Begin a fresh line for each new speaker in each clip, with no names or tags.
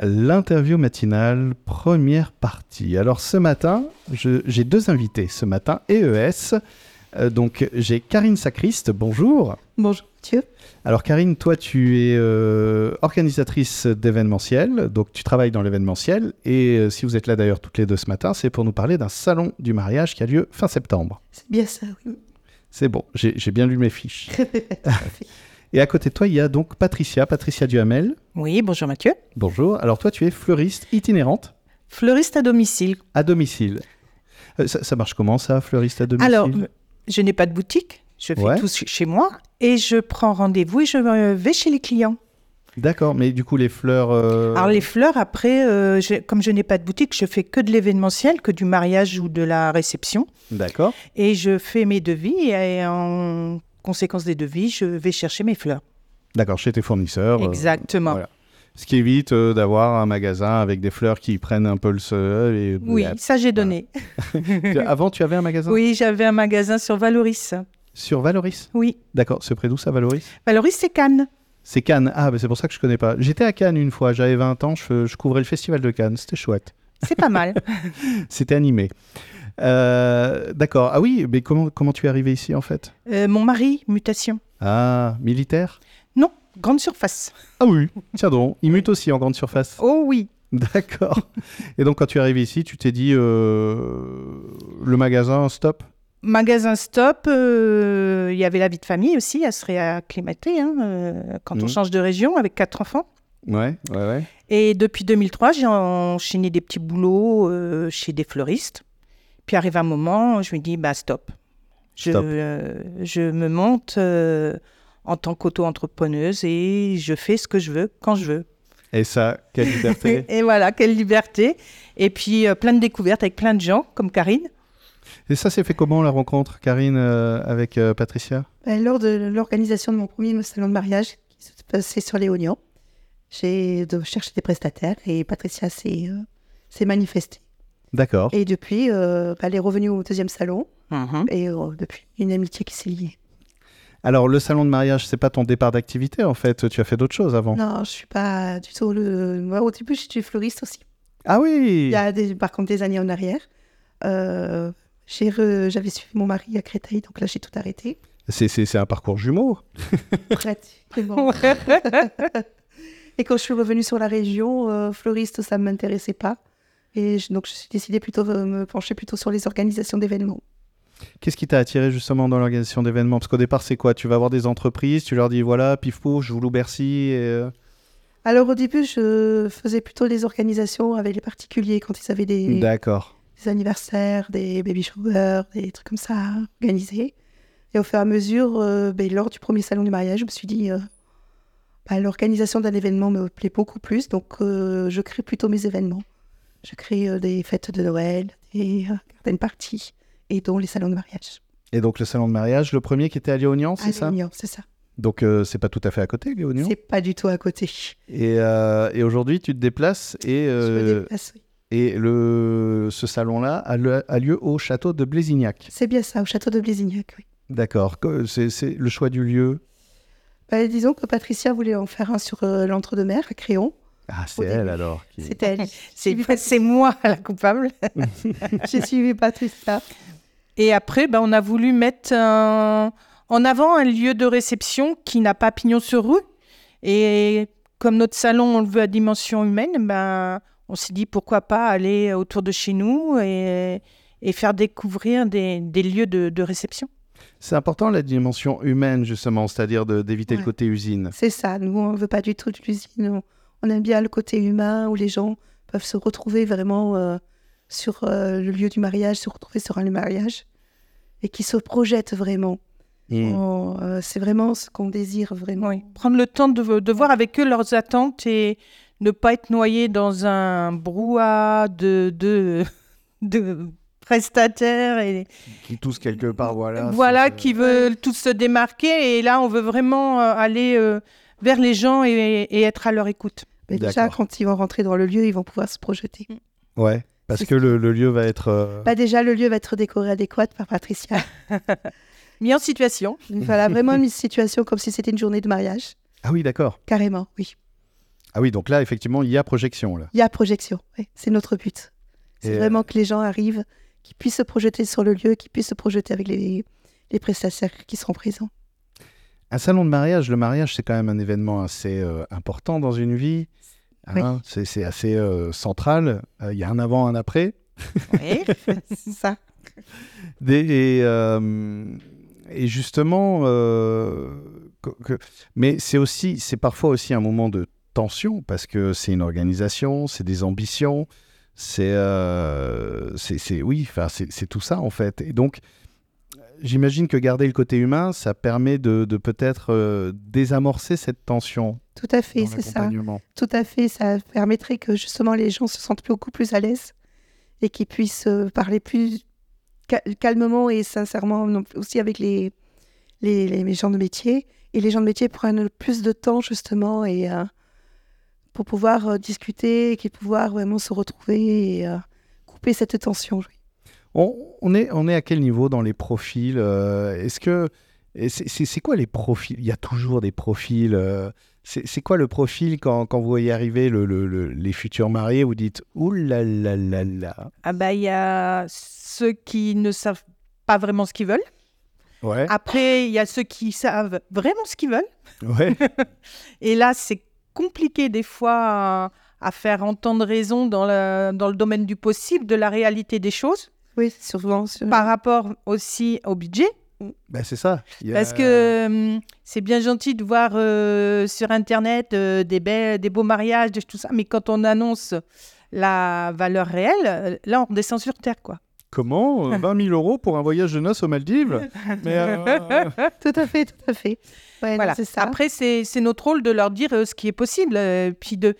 L'interview matinale, première partie. Alors ce matin, je- j'ai deux invités ce matin, EES. Euh, donc j'ai Karine Sacriste, bonjour.
Bonjour Mathieu.
Alors Karine, toi tu es euh, organisatrice d'événementiel, donc tu travailles dans l'événementiel. Et euh, si vous êtes là d'ailleurs toutes les deux ce matin, c'est pour nous parler d'un salon du mariage qui a lieu fin septembre.
C'est bien ça, oui.
C'est bon, j'ai j'ai bien lu mes fiches.
Tout à fait.
Et à côté de toi, il y a donc Patricia, Patricia Duhamel.
Oui, bonjour Mathieu.
Bonjour. Alors toi tu es fleuriste itinérante.
Fleuriste à domicile.
À domicile. Euh, ça, ça marche comment ça, fleuriste à domicile
Alors, je n'ai pas de boutique, je fais
Ouais.
tout ch- chez moi et je prends rendez-vous et je euh, vais chez les clients.
D'accord, mais du coup, les fleurs. euh,
Alors les fleurs, après, euh, je- comme je n'ai pas de boutique, je fais que de l'événementiel, que du mariage ou de la réception
D'accord.
et je fais mes devis et en conséquence des devis, je vais chercher mes fleurs.
D'accord, chez tes
Ah, bah,
fournisseurs. euh,
Exactement.
voilà. Ce qui évite euh, d'avoir un magasin avec des fleurs qui prennent un peu le sol. Et...
Oui, ça j'ai donné.
Tu- Avant, tu avais un magasin
Oui, j'avais un magasin sur Valoris.
Sur Valoris.
Oui,
D'accord, c'est près d'où ça, Valoris
Valoris c'est Cannes.
C'est Cannes. Ah, bah, c'est pour ça que je connais pas. J'étais à Cannes une fois, j'avais 20 ans, je, je couvrais le festival de Cannes, c'était chouette.
C'est pas mal.
C'était animé. Euh, D'accord. Ah oui, mais comment, comment tu es arrivé ici en fait
Euh, mon mari, mutation.
Ah, militaire
Non, grande surface.
Ah oui, tiens donc, il mute aussi en grande surface.
Oh oui.
D'accord. Et donc, quand tu es arrivé ici, tu t'es dit euh, le magasin, stop
Magasin Stop, euh, il y avait la vie de famille aussi à se réacclimater hein, euh, quand on
Mhm.
change de région avec quatre enfants.
Ouais, ouais, ouais.
Et depuis 2003, j'ai enchaîné des petits boulots euh, chez des fleuristes. Puis arrive un moment, je me dis bah stop. Je,
Stop.
euh, je me monte euh, en tant qu'auto-entrepreneuse et je fais ce que je veux quand je veux.
Et ça, quelle liberté.
Et voilà, quelle liberté. Et puis euh, plein de découvertes avec plein de gens comme Karine.
Et ça s'est fait comment la rencontre, Karine, euh, avec euh, Patricia
Euh, Lors de l'organisation de mon premier salon de mariage qui se passait sur les oignons, j'ai de- cherché des prestataires et Patricia s'est euh, s'est manifestée.
D'accord.
Et depuis, euh, bah, elle est revenue au deuxième salon
Mhm.
et euh, depuis, une amitié qui s'est liée.
Alors, le salon de mariage, c'est pas ton départ d'activité en fait. Tu as fait d'autres choses avant.
Non, je suis pas du tout le. Moi, au début, j'étais fleuriste aussi.
Ah oui
Il y a des, par contre des années en arrière. euh, j'ai re- J'avais suivi mon mari à Créteil, donc là, j'ai tout arrêté.
C'est- C'est c'est un parcours jumeau.
Pratiquement. Et quand je suis revenue sur la région, euh, fleuriste, ça ne m'intéressait pas. Et je- donc, je suis décidée plutôt de me pencher plutôt sur les organisations d'événements.
Qu'est-ce qui t'a attiré justement dans l'organisation d'événements Parce qu'au départ, c'est quoi Tu vas voir des entreprises, tu leur dis voilà, pif pouf, je vous loue Bercy. et, euh,
Alors, au début, je faisais plutôt des organisations avec les particuliers quand ils avaient des,
D'accord.
des anniversaires, des baby showers, des trucs comme ça organisés. Et au fur et à mesure, euh, ben, lors du premier salon du mariage, je me suis dit, euh, bah, l'organisation d'un événement me plaît beaucoup plus, donc euh, je crée plutôt mes événements. Je crée euh, des fêtes de Noël, des euh, garden parties, et dont les salons de mariage.
Et donc, le salon de mariage, le premier qui était à Léognan, c'est
À
ça
Léognan, C'est ça.
Donc, euh, c'est pas tout à fait à côté, Léognan.
C'est pas du tout à côté.
Et, euh, et aujourd'hui, tu te déplaces et,
Je me
euh,
déplace, oui.
et le, ce salon-là a, le- a lieu au château de Blésignac.
C'est bien ça, au château de Blésignac, oui.
D'accord. Que- C'est c'est le choix du lieu.
Bah, disons que Patricia voulait en faire un sur euh, l'entre-deux-mer, à Créon.
Ah, c'est
Au début.
elle alors. qui-
C'était elle.
C'est c'est moi la coupable.
J'ai suivi Patricia.
Et après, ben, on a voulu mettre un- en avant un lieu de réception qui n'a pas pignon sur rue. Et comme notre salon, on le veut à dimension humaine, ben, on s'est dit pourquoi pas aller autour de chez nous et, et faire découvrir des, des lieux de, de réception.
C'est important la dimension humaine, justement, c'est-à-dire de- d'éviter le
Ouais.
côté usine.
C'est ça, nous on ne veut pas du tout de l'usine. On, on aime bien le côté humain où les gens peuvent se retrouver vraiment euh, sur euh, le lieu du mariage, se retrouver sur un lieu de mariage et qui se projettent vraiment.
Mm.
On- euh, c'est vraiment ce qu'on désire vraiment.
Oui. Prendre le temps de, de voir avec eux leurs attentes et ne pas être noyé dans un brouhaha de, de, de prestataires et,
Qui tous quelque
Mmh.
part, voilà.
voilà,
c'est-
qui veulent tous se démarquer. Et là, on veut vraiment euh, aller euh, vers les gens et, et être à leur écoute.
Mais déjà,
D'accord.
quand ils vont rentrer dans le lieu, ils vont pouvoir se projeter.
Ouais, parce que le, le lieu va être. euh,
Bah, déjà, le lieu va être décoré adéquat par Patricia.
Mis en situation.
Donc, voilà, vraiment une situation comme si c'était une journée de mariage.
Ah oui, d'accord.
Carrément, oui.
Ah oui, donc là, effectivement, il y a projection. Là.
Il y a projection, oui. c'est notre but. C'est
Et, euh,
vraiment que les gens arrivent, qu'ils puissent se projeter sur le lieu, qu'ils puissent se projeter avec les, les prestataires qui seront présents.
Un salon de mariage, le mariage, c'est quand même un événement assez euh, important dans une vie.
Oui.
hein. C'est- c'est assez euh, central. Euh, Il y a un avant, un après.
Oui.
c'est ça.
Des- et, euh, et justement, euh, que- que- mais c'est aussi, c'est parfois aussi un moment de tension parce que c'est une organisation, c'est des ambitions, c'est, euh, c'est, c'est- oui, enfin, c'est, c'est tout ça en fait. Et donc, j'imagine que garder le côté humain, ça permet de, de peut-être euh, désamorcer cette tension
Tout à fait,
dans
c'est ça.
l'accompagnement.
Tout à fait, ça permettrait que justement les gens se sentent beaucoup plus à l'aise et qu'ils puissent euh, parler plus cal- calmement et sincèrement non plus- aussi avec les, les, les- les gens de métier. Et les gens de métier prennent plus de temps justement et euh, pour pouvoir euh, discuter et qu'ils pouvoir vraiment se retrouver et euh, couper cette tension. oui.
On, on est, on est à quel niveau dans les profils euh, Est-ce que et c'est c'est- c'est quoi les profils Il y a toujours des profils. euh, c'est c'est quoi le profil quand, quand vous voyez arriver le- le- le- les futurs mariés Vous dites ouh là là là là.
Ah bah, il y a ceux qui ne savent pas vraiment ce qu'ils veulent.
Ouais.
Après, il y a ceux qui savent vraiment ce qu'ils veulent.
ouais.
Et là, c'est compliqué des fois à, à faire entendre raison dans, la- dans le domaine du possible, de la réalité des choses,
Oui, souvent. sur-
par rapport aussi au budget.
Bah, c'est ça. Il y a-
Parce que hum, c'est bien gentil de voir euh, sur Internet euh, des, belles, des beaux mariages, des- tout ça, mais quand on annonce la valeur réelle, euh, là, on descend sur Terre, quoi.
Comment euh, 20 000 euros pour un voyage de noces aux Maldives Mais, euh,
Bah, Tout à fait, tout à fait. Ouais, Eh non,
Voilà.
c'est ça.
Après, c'est c'est notre rôle de leur dire euh, ce qui est possible. euh, puis de,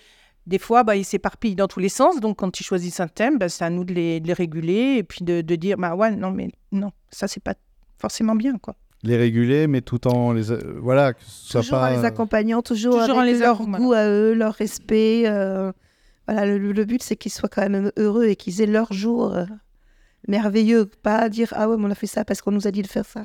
des fois, bah, ils s'éparpillent dans tous les sens. Donc, quand ils choisissent un thème, bah, c'est à nous de les, de les réguler et puis de, de dire, bah ouais, non, mais non, ça, c'est pas forcément bien, quoi.
les réguler, mais tout en les euh, voilà. Que ce soit
toujours
pas, euh,
en les accompagnant, toujours,
Toujours en
avec
les
leur
accompagnant.
goût à eux, leur respect. euh, voilà, le, le- le but, c'est qu'ils soient quand même heureux et qu'ils aient leur jour euh, merveilleux. Pas dire ah ouais, mais on a fait ça parce qu'on nous a dit de faire ça.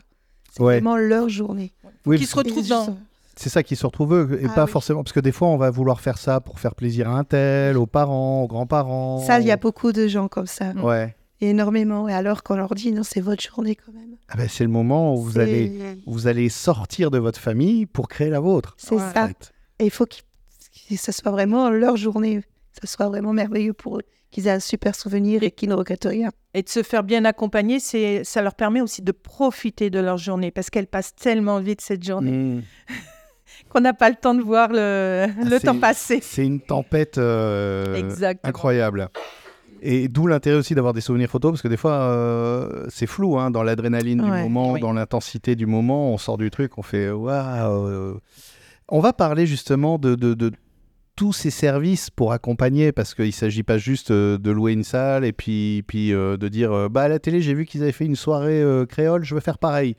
C'est
Ouais.
vraiment leur journée.
Oui,
qui
parce
se
que
Et
retrouvent
juste-
dans.
C'est ça qui se retrouve eux, et
Ah
pas
oui.
forcément. Parce que des fois, on va vouloir faire ça pour faire plaisir à un tel, aux parents, aux grands-parents.
euh, Ça, il y a beaucoup de gens comme ça,
Mm.
Ouais.
énormément. Et alors qu'on leur dit non, c'est votre journée quand même.
Ah ben, c'est le moment où vous
C'est-
allez, vous allez sortir de votre famille pour créer la vôtre.
C'est
Ouais.
ça.
En fait.
Et il faut qu'ils- que ce soit vraiment leur journée, que ce soit vraiment merveilleux pour eux, qu'ils aient un super souvenir et qu'ils ne regrettent rien.
Et de se faire bien accompagner, c'est- ça leur permet aussi de profiter de leur journée parce qu'elle passe tellement vite cette journée
Mm.
qu'on n'a pas le temps de voir le, le
c'est-
temps passer.
C'est une tempête euh,
Exactement.
incroyable. Et d'où l'intérêt aussi d'avoir des souvenirs photos, parce que des fois, euh, c'est flou hein, dans l'adrénaline du
Ouais.
moment,
Oui.
dans l'intensité du moment. On sort du truc, on fait waouh. On va parler justement de, de- de tous ces services pour accompagner, parce qu'il ne s'agit pas juste euh, de louer une salle et puis, puis euh, de dire euh, bah, à la télé, j'ai vu qu'ils avaient fait une soirée euh, créole, je veux faire pareil.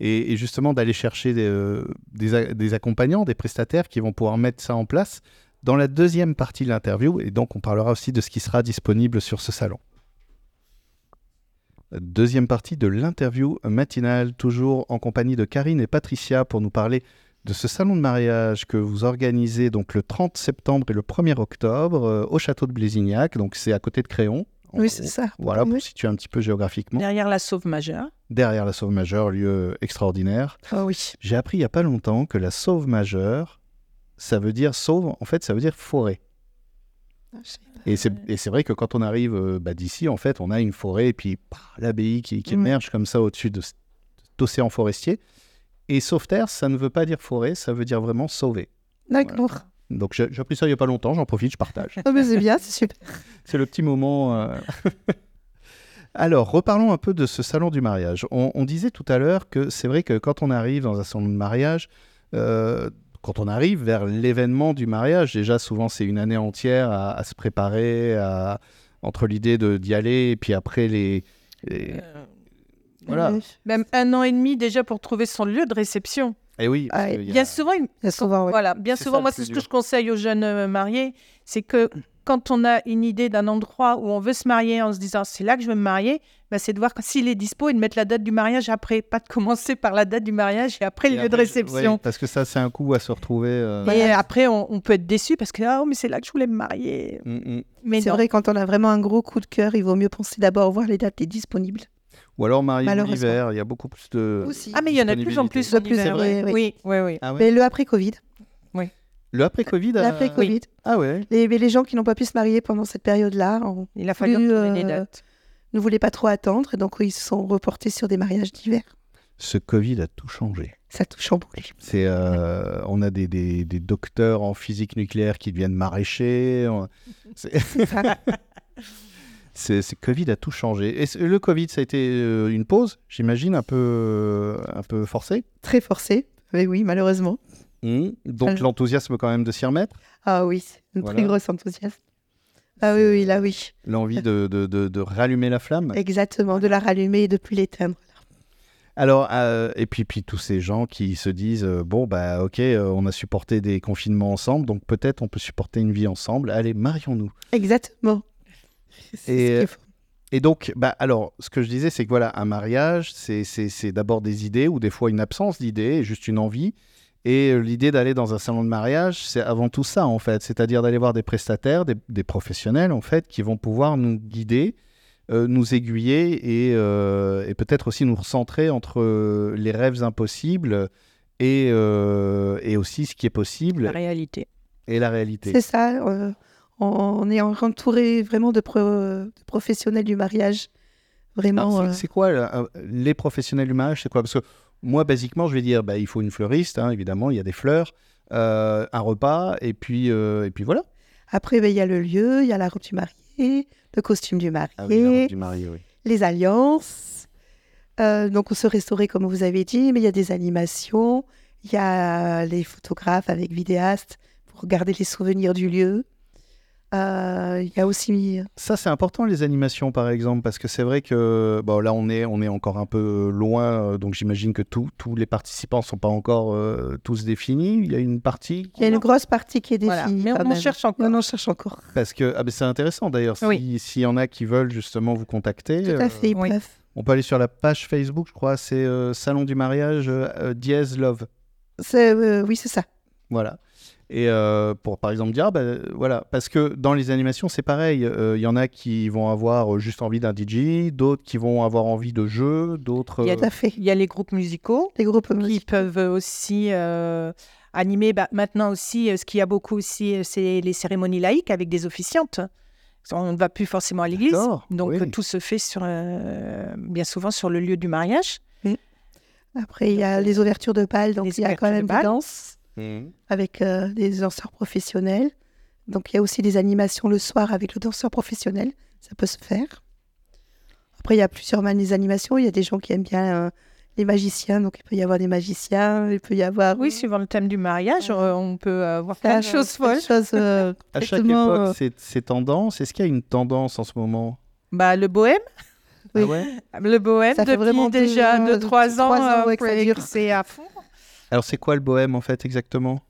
Et, et justement, d'aller chercher des, euh, des a- des accompagnants, des prestataires qui vont pouvoir mettre ça en place dans la deuxième partie de l'interview, et donc on parlera aussi de ce qui sera disponible sur ce salon. Deuxième partie de l'interview matinale, toujours en compagnie de Karine et Patricia pour nous parler de ce salon de mariage que vous organisez donc le 30 septembre et le 1er octobre euh, au château de Blésignac, donc c'est à côté de Créon.
Oui, c'est ça.
Voilà, pour
Oui.
situer un petit peu géographiquement.
Derrière la sauve majeure.
Derrière la Sauve Majeure, lieu euh, extraordinaire.
Ah oui.
J'ai appris il n'y a pas longtemps que la sauve majeure, ça veut dire sauve, en fait, ça veut dire forêt.
Ah, je sais pas.
Et c'est et c'est vrai que quand on arrive euh, bah, d'ici, en fait, on a une forêt et puis pah, l'abbaye qui, qui
Mm.
émerge comme ça au-dessus de cet océan forestier. Et sauveterre, ça ne veut pas dire forêt, ça veut dire vraiment sauver.
D'accord.
Donc j'ai j'ai appris ça il n'y a pas longtemps, j'en profite, je partage.
Oh, mais c'est bien, c'est super.
C'est le petit moment. euh. Alors, reparlons un peu de ce salon du mariage. On, on disait tout à l'heure que c'est vrai que quand on arrive dans un salon de mariage, euh, quand on arrive vers l'événement du mariage, déjà souvent c'est une année entière à, à se préparer, à- entre l'idée de- d'y aller et puis après les. les- voilà.
Oui.
Euh, Même un an et demi déjà pour trouver son lieu de réception.
Et eh oui. parce
Ouais,
qu'il y a-
Ah, Bien souvent, il-
Il y a souvent, ouais.
Voilà, bien
C'est
souvent,
ça le
moi,
plus
c'est ce que
dur.
je conseille aux jeunes euh, mariés, c'est que quand on a une idée d'un endroit où on veut se marier en se disant c'est là que je veux me marier, bah, c'est de voir s'il est dispo et de mettre la date du mariage après, pas de commencer par la date du mariage et après le
Et
lieu de
après, je-
réception.
ouais, parce que ça, c'est un coup à se retrouver. euh,
Et après, on, on peut être déçu parce que ah, oh, mais c'est là que je voulais me marier.
mm, mm.
Mais
C'est
non.
vrai, quand on a vraiment un gros coup de cœur, il vaut mieux penser d'abord voir les dates les disponibles.
Ou alors marier en
Malheureusement.
hiver, il y a beaucoup plus de.
Aussi.
Ah, mais il y en a de plus en plus.
Disponibilité.
De plus,
en
c'est
hiver,
vrai,
Oui, oui, oui.
Ah ouais.
Mais le après-Covid,
Le après-Covid. euh,
l'après-Covid,
Ah ouais.
les, mais les gens qui n'ont pas pu se marier pendant cette période-là on-
Il a fallu
Plus,
retrouver les
euh,
dates.
ne voulaient pas trop attendre, et donc ils se sont reportés sur des mariages d'hiver.
Ce Covid a tout changé.
Ça touche chamboulé.
C'est, euh, on a des, des- des docteurs en physique nucléaire qui deviennent maraîchers. on- C'est, c'est, c'est- Covid a tout changé. Et c'est- le Covid, ça a été euh, une pause, j'imagine, un peu, un peu forcée.
Très forcé, mais oui, malheureusement.
Mmh. Donc
Alors-
l'enthousiasme quand même de s'y remettre,
Ah oui, c'est une
Voilà.
très grosse enthousiasme. Ah oui, oui, là oui,
l'envie de, de- de- de rallumer la flamme.
exactement, de la rallumer et de plus l'éteindre.
Alors, euh, et puis, puis tous ces gens qui se disent euh, bon, bah ok, euh, on a supporté des confinements ensemble, donc peut-être on peut supporter une vie ensemble. Allez, marions-nous.
Exactement. C'est
Et,
ce
euh,
qu'il faut.
Et donc, bah, alors, ce que je disais, c'est que voilà, un mariage, c'est- c'est c'est d'abord des idées ou des fois une absence d'idées, juste une envie. Et euh, l'idée d'aller dans un salon de mariage, c'est avant tout ça, en fait. C'est-à-dire d'aller voir des prestataires, des, des professionnels, en fait, qui vont pouvoir nous guider, euh, nous aiguiller et, euh, et peut-être aussi nous recentrer entre euh, les rêves impossibles et, euh, et aussi ce qui est
La
possible
réalité.
et la réalité.
C'est ça. euh, on est entouré vraiment de, pro- de professionnels du mariage. Vraiment.
Alors,
euh,
Ah, c'est- C'est quoi là, euh, les professionnels du mariage C'est quoi Parce que moi, basiquement, je vais dire, bah, il faut une fleuriste, hein, évidemment, il y a des fleurs, euh, un repas, et puis, euh, et puis voilà.
Après, ben, il y a le lieu, il y a la robe du marié, le costume
Ah
du marié,
marié, oui.
les alliances. Euh, donc, on se restaurer, comme vous avez dit, mais il y a des animations, il y a les photographes avec vidéastes pour garder les souvenirs du lieu. Euh, Il y a aussi.
Ça, c'est important, les animations, par exemple, parce que c'est vrai que bon, là, on est, on est encore un peu loin, euh, donc j'imagine que tous- tous les participants ne sont pas encore euh, tous définis. Il y a une partie.
Il y a une grosse partie qui est définie.
Voilà. Mais
quand
on en
même.
cherche encore.
On en cherche encore.
Parce que ah, ben, c'est intéressant, d'ailleurs, si- s'il
Oui.
y en a qui veulent justement vous contacter.
Tout
euh,
à fait, ils
oui.
peuvent.
On peut aller sur la page Facebook, je crois, c'est euh, Salon du mariage euh, euh, dièse love.
C'est- euh, oui, c'est ça.
Voilà. Et euh, pour par exemple dire, ah, bah, voilà, parce que dans les animations, c'est pareil. Euh, Il y en a qui vont avoir euh, juste envie d'un DJ, d'autres qui vont avoir envie de jeux, d'autres.
Il y a
euh,
Tout à fait.
Il y a les groupes musicaux
Les groupes
qui
musicaux.
peuvent aussi euh, animer. Bah, maintenant aussi, euh, ce qu'il y a beaucoup aussi, euh, c'est les cérémonies laïques avec des officiantes. On ne va plus forcément à l'église.
D'accord,
Donc
oui.
euh, tout se fait sur, euh, bien souvent sur le lieu du mariage.
Après, il y a les ouvertures de balles, donc
Les
il y a quand
ouvertures de
même des
bal.
danses
Mhm.
avec euh, des danseurs professionnels. Donc, il y a aussi des animations le soir avec le danseur professionnel. Ça peut se faire. Après, il y a plusieurs manières des animations. Il y a des gens qui aiment bien euh, les magiciens, donc il peut y avoir des magiciens, il peut y avoir.
Oui, suivant le thème du mariage,
Ah Ouais.
euh, on peut euh, voir plein de choses folles.
chose, euh,
À chaque
complètement,
époque,
euh,
c'est- c'est tendance. Est-ce qu'il y a une tendance en ce moment
Bah, le bohème,
Oui.
Ah ouais
le bohème
Ça fait
depuis
vraiment deux
déjà
ans,
2-3
deux-
trois ans,
trois ans,
euh,
ouais, que ça
après,
dure.
c'est à fond.
Alors, c'est quoi le bohème en fait exactement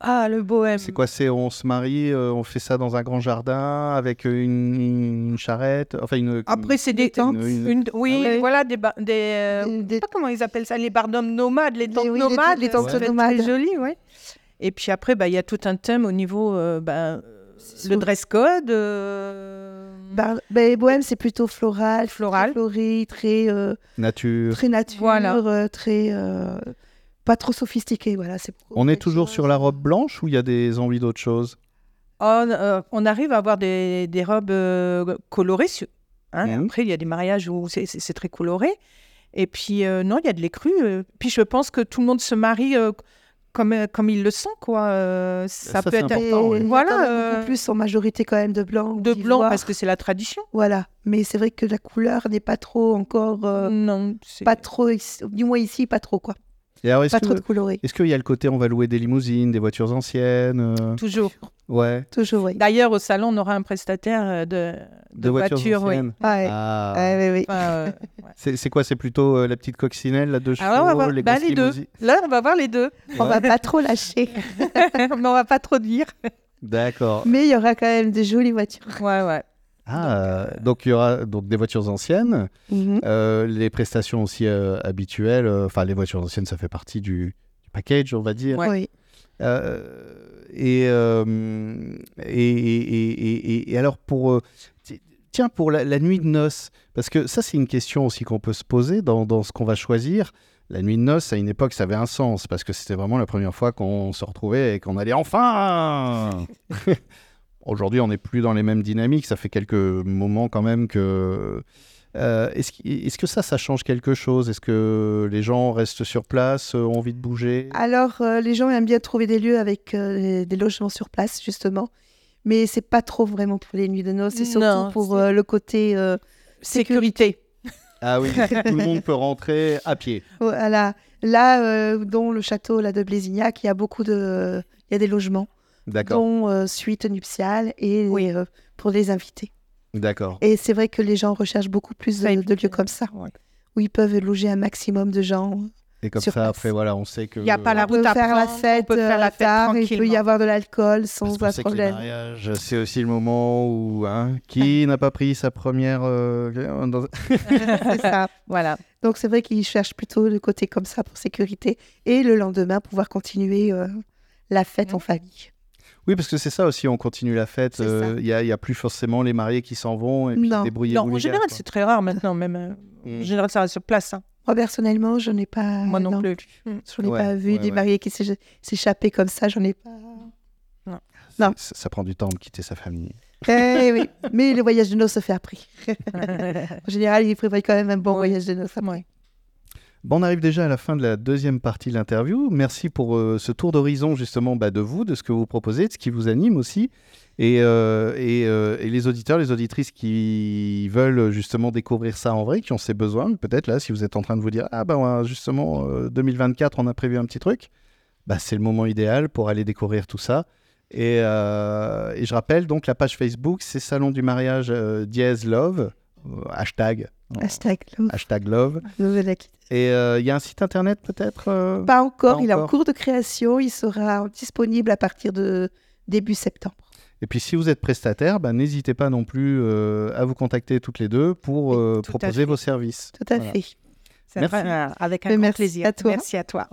Ah, le bohème.
C'est quoi C'est on se marie, euh, on fait ça dans un grand jardin avec euh, une, une charrette, enfin une.
Après, c'est des
tentes.
tentes.
Une-
oui,
Ah oui.
voilà, des. ba- des euh, je
des-
sais
des-
pas comment ils appellent ça, les barnums nomades, les tentes
oui, les tentes-
nomades.
les tentes
ça doit être
nomades.
Très joli, oui. Et puis après, bah, il y a tout un thème au niveau. euh, bah, le dress code. euh,
bar- ben, bohème, c'est plutôt floral, très
Floral.
fleuri, très, euh,
Nature.
très nature,
Voilà.
euh, très euh, pas trop sophistiqué. Voilà, c'est
On est toujours sur la robe blanche ou il y a des envies d'autre chose
on, euh, on arrive à avoir des, des robes euh, colorées. su- hein.
Mmh.
Mhm.
Après, il y a des mariages où c'est- c'est c'est très coloré. Et puis, euh, non, il y a de l'écru. euh. Puis, je pense que tout le monde se marie euh, comme, euh, comme il le sent, quoi. Euh, ça,
Bah, Ça,
peut
c'est
être
important, oui.
Et
Voilà,
quand même
euh,
beaucoup plus en majorité quand même de blanc. ou
de blanc
d'ivoire.
parce que c'est la tradition.
Voilà, mais c'est vrai que la couleur n'est pas trop encore, euh,
non, c'est-
pas trop, ici- du moins ici, pas trop quoi,
Et alors, est-ce
pas
que-
trop de coloré.
Est-ce qu'il y a le côté on va louer des limousines, des voitures anciennes euh,
toujours.
Ouais,
Toujours, oui.
D'ailleurs, au salon, on aura un prestataire euh, de, de
des voitures
voitures, oui.
anciennes.
Ouais.
Ah.
Ouais, oui, oui.
Enfin, euh, ouais.
C'est c'est quoi C'est plutôt euh, la petite coccinelle, la deux chevaux,
Alors, on va voir
les
bah,
grosses
les deux.
limousines
Là, on va voir les deux,
On va pas trop lâcher.
mais on va pas trop dire.
D'accord.
Mais il y aura quand même des jolies voitures.
Ouais, ouais. euh,
Ah, donc il y aura donc des voitures anciennes,
Mm-hmm.
Mhm.
euh, les prestations aussi euh, habituelles. euh, Enfin, les voitures anciennes, ça fait partie du, du package, on va dire.
Ouais.
Oui.
Euh, et, euh, et, et- et- et- et alors pour euh, ti- tiens pour la, la nuit de noces parce que ça c'est une question aussi qu'on peut se poser dans, dans ce qu'on va choisir. La nuit de noces à une époque ça avait un sens parce que c'était vraiment la première fois qu'on se retrouvait et qu'on allait enfin. Aujourd'hui on n'est plus dans les mêmes dynamiques. Ça fait quelques moments quand même que. Euh, est-ce, qu- est-ce que ça, ça change quelque chose Est-ce que les gens restent sur place, euh, ont envie de bouger
Alors, euh, les gens aiment bien trouver des lieux avec euh, des logements sur place, justement. Mais c'est pas trop vraiment pour les nuits de noces, c'est surtout
Non,
pour
c'est-
euh, le côté. euh,
Sécurité.
Ah oui, tout le monde peut rentrer à pied.
voilà. Là, euh, dont le château là, de Blésignac, il y a beaucoup de. Il y a des logements,
D'accord,
dont euh, suite nuptiale et
Oui.
euh, pour les invités.
d'accord.
Et c'est vrai que les gens recherchent beaucoup plus de, de lieux comme ça,
Ouais.
où ils peuvent loger un maximum de gens.
Et comme
sur
ça,
place.
après, voilà, on sait que.
Il y a pas la
On peut
route à
faire la
prendre, on
fête,
peut faire
euh,
la fête
tard, il peut y
tranquillement.
avoir de l'alcool
Parce
sans
qu'on
aucun
sait que les
problème.
mariages, c'est aussi le moment où. hein, qui n'a pas pris sa première. euh, dans-
C'est ça.
Voilà.
Donc c'est vrai qu'ils cherchent plutôt le côté comme ça pour sécurité et le lendemain pouvoir continuer euh, la fête
Mhm.
en famille.
Oui, parce que c'est ça aussi, on continue la fête.
C'est
euh,
ça.
Il n'y a, il y a plus forcément les mariés qui s'en vont et puis
Non.
débrouillez-vous.
Non, en
les
général,
gars,
c'est très rare maintenant, même. euh,
quoi.
En
Mm.
général, ça reste sur place. hein.
Moi personnellement, je n'ai pas
Moi non,
Ah, non,
plus.
j'en ai
Ouais,
pas vu
ouais,
des
ouais.
mariés qui s'é- s'échappaient comme ça, j'en ai pas. Non.
Ça, ça prend du temps de quitter sa famille.
Eh oui, mais le voyage de noces se fait après.
ouais.
En général, ils prévoient quand même un bon
Ouais.
voyage de noces après.
Bon, on arrive déjà à la fin de la deuxième partie de l'interview. Merci pour euh, ce tour d'horizon justement bah, de vous, de ce que vous proposez, de ce qui vous anime aussi. Et, euh, et, euh, et les auditeurs, les auditrices qui veulent euh, justement découvrir ça en vrai, qui ont ces besoins, peut-être là, si vous êtes en train de vous dire, ah ben ouais, justement, euh, 2024, on a prévu un petit truc, bah, c'est le moment idéal pour aller découvrir tout ça. Et, euh, et je rappelle donc la page Facebook, c'est Salon du mariage euh, dièse love, euh, hashtag,
Hashtag love,
hashtag love.
Ah. Nouvelle-Aquitaine.
Et il y a un site internet peut-être euh
Pas encore,
Pas
il est en
encore.
cours de création, il sera disponible à partir de début septembre.
Et puis si vous êtes prestataire, bah, n'hésitez pas non plus euh, à vous contacter toutes les deux pour
Oui,
euh,
tout à
proposer
fait.
vos services.
Tout à
Voilà.
fait.
Ça
Merci.
fera, euh, avec un
Mais
grand
merci
plaisir.
à toi.
Merci à toi.